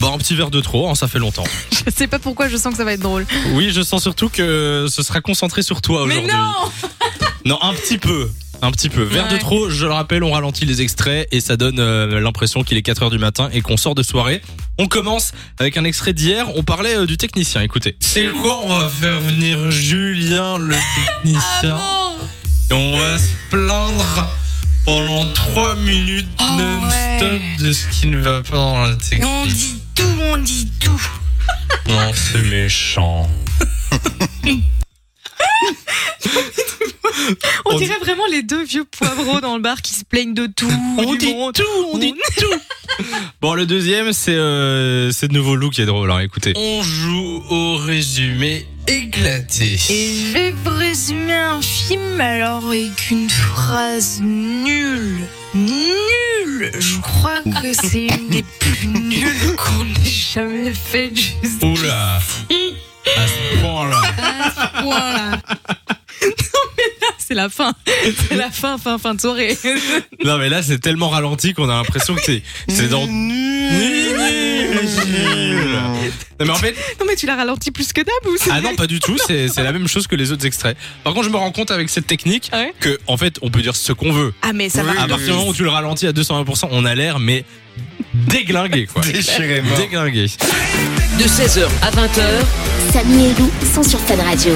Bon, un petit verre de trop, hein, ça fait longtemps. Je sais pas pourquoi, je sens que ça va être drôle. Oui, je sens surtout que ce sera concentré sur toi Mais aujourd'hui. non Non, un petit peu. Un petit peu. Verre de Ouais. trop, je le rappelle, on ralentit les extraits et ça donne euh, l'impression qu'il est 4h du matin et qu'on sort de soirée. On commence avec un extrait d'hier, on parlait euh, du technicien, écoutez. C'est quoi On va faire venir Julien le Ah technicien Oh, et on va se plaindre pendant 3 minutes Oh, non-stop de ce qui ne va pas dans la technique. On dit tout, on dit tout. Non, c'est méchant. On, On dit- dirait vraiment les deux vieux poivreaux dans le bar qui se plaignent de tout. du monde. tout, on dit tout. Bon, le deuxième, c'est euh, c'est de nouveau Lou qui est drôle, hein, écoutez. On joue au résumé éclaté. Et je vais vous résumer un film alors avec une phrase nulle. Nulle Je crois que c'est une des plus nulles qu'on ait jamais fait juste Oula, à ce point-là. à ce point-là. Non mais là, c'est la fin. C'est la fin, fin, fin de soirée. Non, mais là, c'est tellement ralenti qu'on a l'impression que c'est c'est dans. Non, mais en fait, Non mais tu l'as ralenti plus que d'hab ou c'est ah non, pas du tout, c'est c'est la même chose que les autres extraits. Par contre, je me rends compte avec cette technique Ah Ouais. que, en fait, on peut dire ce qu'on veut. Ah mais ça va. À partir du moment où tu le ralentis à 220%, on a l'air, mais déglingué, quoi. Déglingué. De 16h à 20h, Samy et Lou sont sur Fun Radio.